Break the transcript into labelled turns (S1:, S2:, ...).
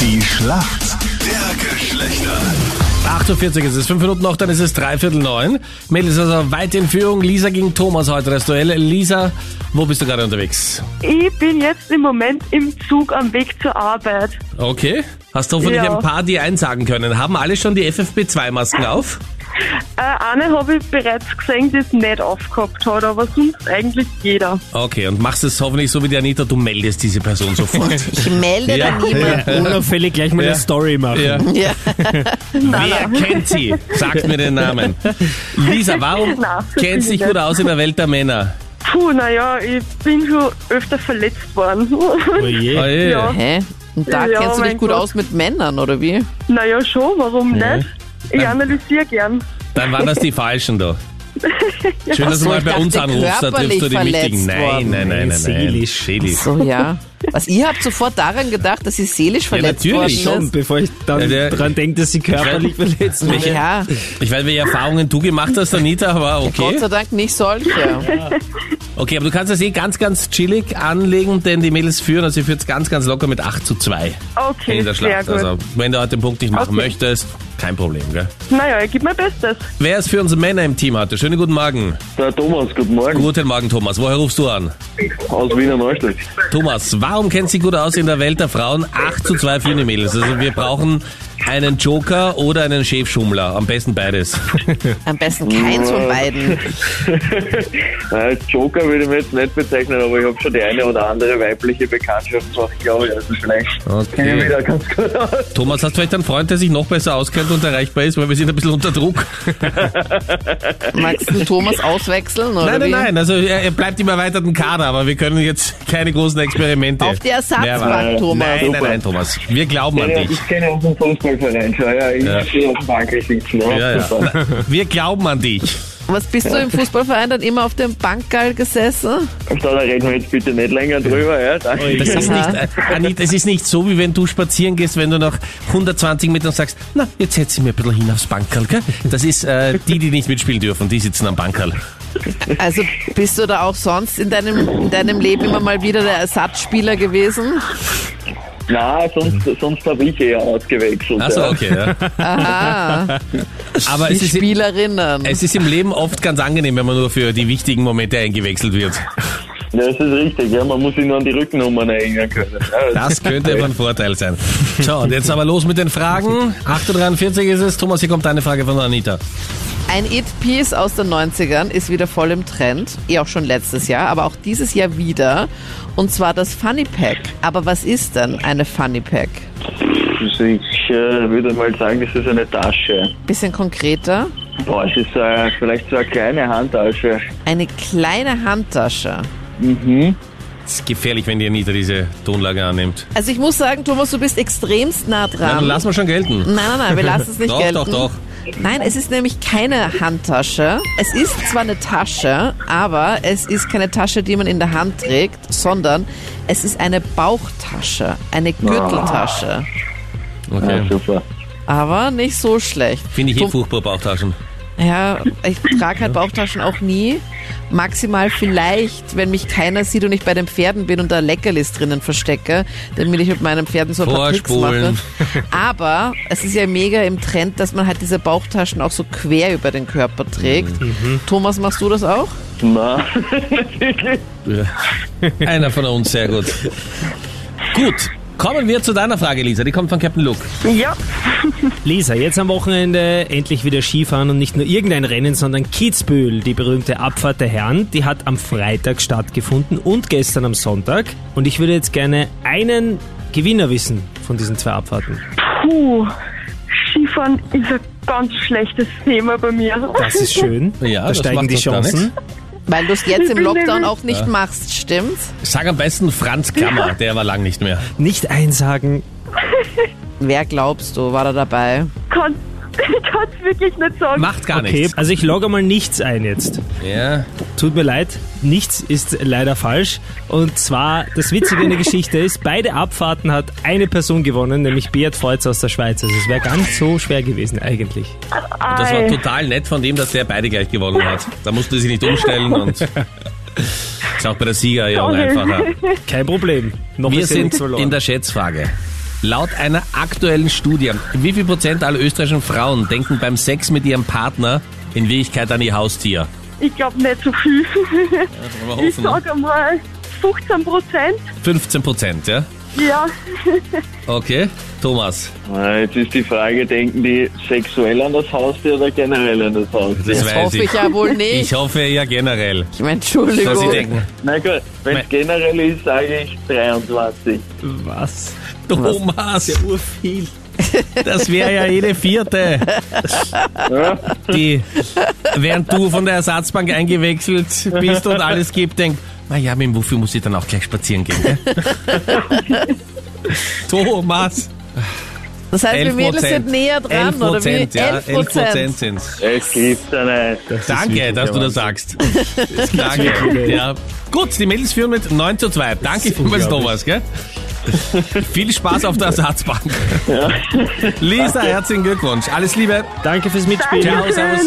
S1: Die Schlacht der Geschlechter.
S2: 48 ist es, 5 Minuten noch, dann ist es dreiviertel neun. Mädels also weit in Führung. Lisa gegen Thomas heute das Duell. Lisa, wo bist du gerade unterwegs?
S3: Ich bin jetzt im Moment im Zug am Weg zur Arbeit.
S2: Okay. Hast du hoffentlich
S3: Ja.
S2: ein paar, die einsagen können. Haben alle schon die FFP2-Masken auf?
S3: Äh, eine habe ich bereits gesehen, die es nicht aufgehabt hat, aber sonst eigentlich jeder.
S2: Okay, und machst es hoffentlich so wie die Anita, du meldest diese Person sofort.
S4: Ich melde
S2: Ja.
S4: dann niemand.
S5: Unauffällig gleich mal
S2: Ja.
S5: eine Story machen.
S2: ja.
S4: Ja.
S2: Wer kennt sie? Sagt mir den Namen. Lisa, warum
S3: Na, das bin
S2: kennst du
S3: ich
S2: dich gut
S3: nicht.
S2: aus in der Welt der Männer?
S3: Puh, naja, ich bin schon öfter verletzt worden.
S2: Oh je.
S3: Ja.
S4: Hä? Und da
S3: Ja,
S4: kennst du dich
S3: mein
S4: gut
S3: Gott.
S4: aus mit Männern, oder wie?
S3: naja, schon, warum nicht?
S2: Ähm.
S3: Ich analysiere gern.
S2: Dann waren das die Falschen da. Schön, dass
S4: Ach so,
S2: du mal
S4: ich
S2: bei
S4: dachte,
S2: uns anrufst, da triffst du die
S4: körperlich
S2: Wichtigen.
S4: verletzt
S2: Nein,
S4: worden.
S2: nein, nein, nein. nein.
S5: Seelisch.
S2: Seelisch.
S4: So, ja. Was, ihr habt sofort daran gedacht, dass sie seelisch verletzt
S2: natürlich.
S4: worden
S5: Schon,
S4: ist?
S5: bevor ich dann
S2: Ja, der-
S5: dran denke, dass sie körperlich verletzt
S2: Welche-
S5: wurde.
S4: Ja,
S2: Ich weiß, welche Erfahrungen du gemacht hast, Anita, aber
S4: Oh Gott
S2: okay.
S4: sei Dank nicht solche.
S2: Okay, aber du kannst das eh ganz, ganz chillig anlegen, denn die Mädels führen, also ihr führt ganz, ganz locker mit 8 zu 2
S3: Okay,
S2: in der
S3: sehr
S2: Schlacht.
S3: gut.
S2: Also, wenn du heute den Punkt nicht machen
S3: Okay.
S2: möchtest, kein Problem, gell?
S3: Naja, ich gebe mein Bestes.
S2: Wer ist für uns Männer im Team heute? Schönen guten Morgen.
S6: Na Thomas, guten Morgen.
S2: Guten Morgen, Thomas. Woher rufst du an?
S6: Aus Wiener Neustadt.
S2: Thomas, warum kennst du dich gut aus in der Welt der Frauen? 8 zu 2 für die Mädels. Also wir brauchen einen Joker oder einen Chefschummler. Am besten beides.
S4: Am besten keins von beiden.
S6: Äh, Joker würde ich mir jetzt nicht bezeichnen, aber ich habe schon die eine oder andere weibliche Bekanntschaft gemacht, glaube ich. Also vielleicht kenne ich mich da ganz gut aus.
S2: Thomas, hast du vielleicht einen Freund, der sich noch besser auskennt und erreichbar ist, weil wir sind ein bisschen unter Druck?
S4: Magst du Thomas auswechseln, oder
S2: Nein, nein,
S4: wie?
S2: nein. Also er, er bleibt im erweiterten Kader, aber wir können jetzt keine großen Experimente.
S4: Auf die
S2: Mehr machen.
S4: Ersatzbank, Thomas.
S2: Nein, nein,
S6: Super.
S2: nein, Thomas. Wir glauben an
S6: Ja,
S2: dich.
S6: ich kenne unseren Fußballverein schon, ja. Ich
S2: Ja.
S6: stehe auf dem Bankgesicht. Ne?
S2: Ja, ja.
S6: Super.
S2: Wir glauben an dich.
S4: Was bist du im Fußballverein dann immer auf dem Bankgall gesessen?
S6: So, Also da reden wir jetzt bitte nicht länger drüber, ja. Danke.
S2: Oh, Das ist nicht, äh, Anit, es ist nicht so, wie wenn du spazieren gehst, wenn du nach 120 Metern sagst, na, jetzt setz ich mir ein bisschen hin aufs Bankerl, gell? Das ist äh, die, die nicht mitspielen dürfen, die sitzen am Bankerl.
S4: Also bist du da auch sonst in deinem, in deinem Leben immer mal wieder der Ersatzspieler gewesen?
S6: Nein,
S2: Mhm.
S6: sonst, sonst habe ich eher ausgewechselt.
S2: Achso,
S6: ja.
S2: okay. Ja. Also
S4: Aha,
S2: Aber es
S4: die
S2: ist, im-
S4: Spielerinnen.
S2: es ist im Leben oft ganz angenehm, wenn man nur für die wichtigen Momente eingewechselt wird.
S6: Ja, Das ist richtig, ja. Man muss sich nur an die Rückennummern erinnern können. Ja,
S2: Das könnte aber ein Vorteil sein. So, und jetzt aber los mit den Fragen. 8.43 Uhr ist es. Thomas, hier kommt deine Frage von Anita.
S4: Ein It-Piece aus den 90ern ist wieder voll im Trend. Eh auch schon letztes Jahr, aber auch dieses Jahr wieder. Und zwar das Funny Pack. Aber was ist denn eine Funny Pack?
S6: Also ich äh, würde mal sagen, das ist eine Tasche.
S4: Bisschen konkreter.
S6: Boah, es ist äh, vielleicht so eine kleine Handtasche.
S4: Eine kleine Handtasche.
S2: Es ist gefährlich, wenn die Anita diese Tonlage annimmt.
S4: Also ich muss sagen, Thomas, du bist extremst nah
S2: Na,
S4: dran.
S2: dann lass mal schon gelten.
S4: Nein, nein, nein, wir lassen es nicht
S2: Doch,
S4: gelten.
S2: doch, doch.
S4: Nein, es ist nämlich keine Handtasche. Es ist zwar eine Tasche, aber es ist keine Tasche, die man in der Hand trägt, sondern es ist eine Bauchtasche, eine
S2: Ah.
S4: Gürteltasche.
S6: Ja,
S2: Okay.
S6: super.
S4: Aber nicht so schlecht.
S2: Finde ich eh
S4: Tom-
S2: furchtbar, Bauchtaschen.
S4: Ja, ich trage halt Bauchtaschen auch nie. Maximal vielleicht, wenn mich keiner sieht und ich bei den Pferden bin und da Leckerlis drinnen verstecke, dann will ich mit meinen Pferden so ein paar Tricks
S2: Vorspulen.
S4: machen. Aber es ist ja mega im Trend, dass man halt diese Bauchtaschen auch so quer über den Körper trägt.
S2: Mhm.
S4: Thomas, machst du das auch?
S6: Na,
S2: Ja. Einer von uns, sehr gut. Gut, kommen wir zu deiner Frage, Lisa. Die kommt von Captain Luke.
S3: Ja,
S5: Lisa, jetzt am Wochenende endlich wieder Skifahren und nicht nur irgendein Rennen, sondern Kitzbühel, die berühmte Abfahrt der Herren, die hat am Freitag stattgefunden und gestern am Sonntag. Und ich würde jetzt gerne einen Gewinner wissen von diesen zwei Abfahrten.
S3: puh, Skifahren ist ein ganz schlechtes Thema bei mir.
S5: Das ist schön.
S2: Ja,
S5: da
S2: das
S5: steigen
S2: macht
S5: die
S2: doch gar
S5: Chancen.
S4: Weil du es jetzt im
S3: bin
S4: Lockdown
S3: nervös.
S4: auch nicht machst, stimmt's?
S2: Sag am besten Franz Kammer, der war lang nicht mehr.
S5: Nicht einsagen.
S4: Wer glaubst du, war da dabei?
S3: Kann, ich kann es wirklich nicht sagen.
S2: Macht gar
S5: Okay,
S2: nichts.
S5: also ich logge mal nichts ein jetzt.
S2: Ja.
S5: Tut mir leid, nichts ist leider falsch. Und zwar, das Witzige in der Geschichte ist, beide Abfahrten hat eine Person gewonnen, nämlich Beat Feutz aus der Schweiz. Also es wäre gar nicht so schwer gewesen eigentlich.
S2: Das war
S3: Ei.
S2: total nett von dem, dass der beide gleich gewonnen hat. Da musste er sich nicht umstellen und ist auch bei der Sieger ja
S3: Sorry.
S2: einfacher.
S5: Kein Problem. Noch
S2: Wir
S5: ist ja
S2: sind
S5: nichts verloren.
S2: in der Schätzfrage. Laut einer aktuellen Studie, wie viel Prozent aller österreichischen Frauen denken beim Sex mit ihrem Partner in Wirklichkeit an ihr Haustier?
S3: Ich glaube nicht so viel.
S2: Das wollen wir
S3: Ich
S2: hoffen, ne?
S3: sage einmal 15 Prozent.
S2: 15 Prozent, ja?
S3: Ja,
S2: Okay, Thomas,
S6: Na, Jetzt ist die Frage, denken die sexuell an das Haustier oder generell an das Haustier?
S2: das
S4: Das
S2: weiß
S4: hoffe
S2: ich.
S4: ich ja wohl
S2: Ich
S4: nicht.
S2: hoffe ja generell,
S4: Ich meine,
S2: dass sie
S4: Entschuldigung.
S2: denken.
S6: Na gut, wenn es
S2: Me-
S6: generell ist, sage ich 23.
S5: Was?
S2: Thomas,
S5: Urviel.
S2: das wäre ja jede vierte. Die, während du von der Ersatzbank eingewechselt bist und alles gibt, denkt, naja, mit dem Wuffi muss ich dann auch gleich spazieren gehen. Gell? Thomas,
S4: Das heißt, wir
S2: 11
S4: Mädels
S2: Prozent.
S4: sind näher dran,
S2: 11
S4: oder wie?
S2: Prozent, ja,
S4: 11 Prozent.
S2: sind's.
S6: Es gibt eine.
S2: Danke, dass du das sagst. Danke.
S5: wirklich
S2: Ja. Gut, die Mädels führen mit 9 zu 2. Danke vielmals, Thomas. Gell? Viel Spaß auf der Ersatzbank. Lisa, herzlichen Glückwunsch. Alles Liebe.
S5: Danke fürs Mitspielen.
S3: Dankeschön.